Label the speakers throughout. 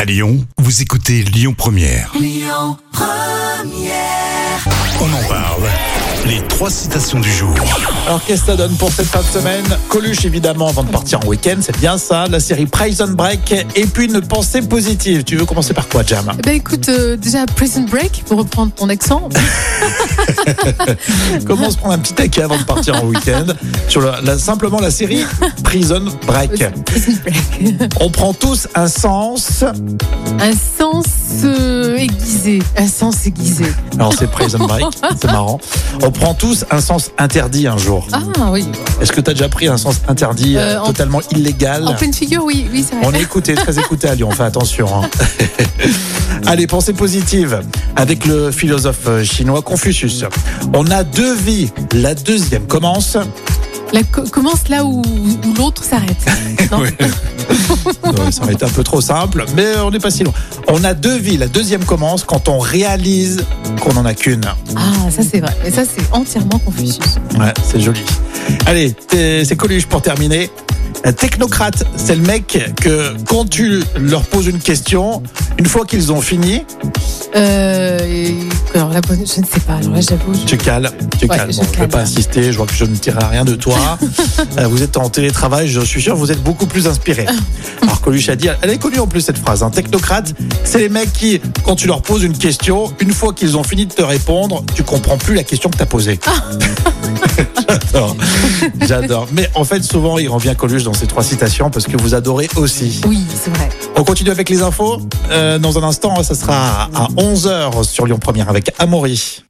Speaker 1: À Lyon, vous écoutez Lyon Première. On en parle. Les trois citations du jour.
Speaker 2: Alors qu'est-ce que ça donne pour cette fin de semaine Coluche évidemment avant de partir en week-end, c'est bien ça. La série Prison Break et puis une pensée positive. Tu veux commencer par quoi, Jam
Speaker 3: Eh ben écoute, euh, déjà Prison Break, pour reprendre ton accent.
Speaker 2: Comment on se prend un petit taquet avant de partir en week-end sur la- la- simplement la série Prison Break.
Speaker 3: Prison Break.
Speaker 2: On prend tous un sens.
Speaker 3: Un sens euh, aiguisé. Un sens aiguisé.
Speaker 2: Alors c'est Prison Break, c'est marrant. On prend tous un sens interdit un jour.
Speaker 3: Ah oui.
Speaker 2: Est-ce que tu as déjà pris un sens interdit euh,
Speaker 3: Euh, en-
Speaker 2: totalement illégal
Speaker 3: En pleine figure, oui, oui, c'est vrai.
Speaker 2: On est écouté, très écouté à Lyon, fais attention. hein. Allez, pensée positive avec le philosophe euh, chinois Confucius. On a deux vies. La deuxième commence.
Speaker 3: La co- commence là où, où l'autre s'arrête. Non
Speaker 1: Oui.
Speaker 2: Ouais, ça aurait été un peu trop simple, mais on n'est pas si loin. On a deux vies. La deuxième commence quand on réalise qu'on n'en a qu'une.
Speaker 3: Ah, ça c'est vrai. Mais ça c'est entièrement Confucius.
Speaker 2: Ouais, c'est joli. Allez, t'es- c'est Coluche pour terminer. Un technocrate, c'est le mec que quand tu leur poses une question, une fois qu'ils ont fini,
Speaker 3: Euh, et- alors là, je ne sais pas. Alors là, j'avoue. je-
Speaker 2: Tu cales, tu
Speaker 3: Ouais,
Speaker 2: cales.
Speaker 3: je
Speaker 2: Bon, je ne vais
Speaker 3: cale.
Speaker 2: pas insister, je vois que je ne tire à rien de toi. Euh, vous êtes en télétravail, je suis sûr, vous êtes beaucoup plus inspiré. Alors Coluche a dit, elle est connue en plus cette phrase, un technocrate, c'est les mecs qui, quand tu leur poses une question, une fois qu'ils ont fini de te répondre, tu comprends plus la question que tu as posée.
Speaker 3: Ah.
Speaker 2: J'adore, j'adore. Mais en fait, souvent, il revient Coluche dans ces trois citations parce que vous adorez aussi.
Speaker 3: Oui, c'est vrai.
Speaker 2: On continue avec les infos. Euh, dans un instant, ça sera à 11h sur Lyon Première avec Amaury.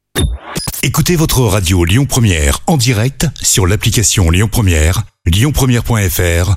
Speaker 1: Écoutez votre radio Lyon Première en direct sur l'application Lyon Première, lyonpremière.fr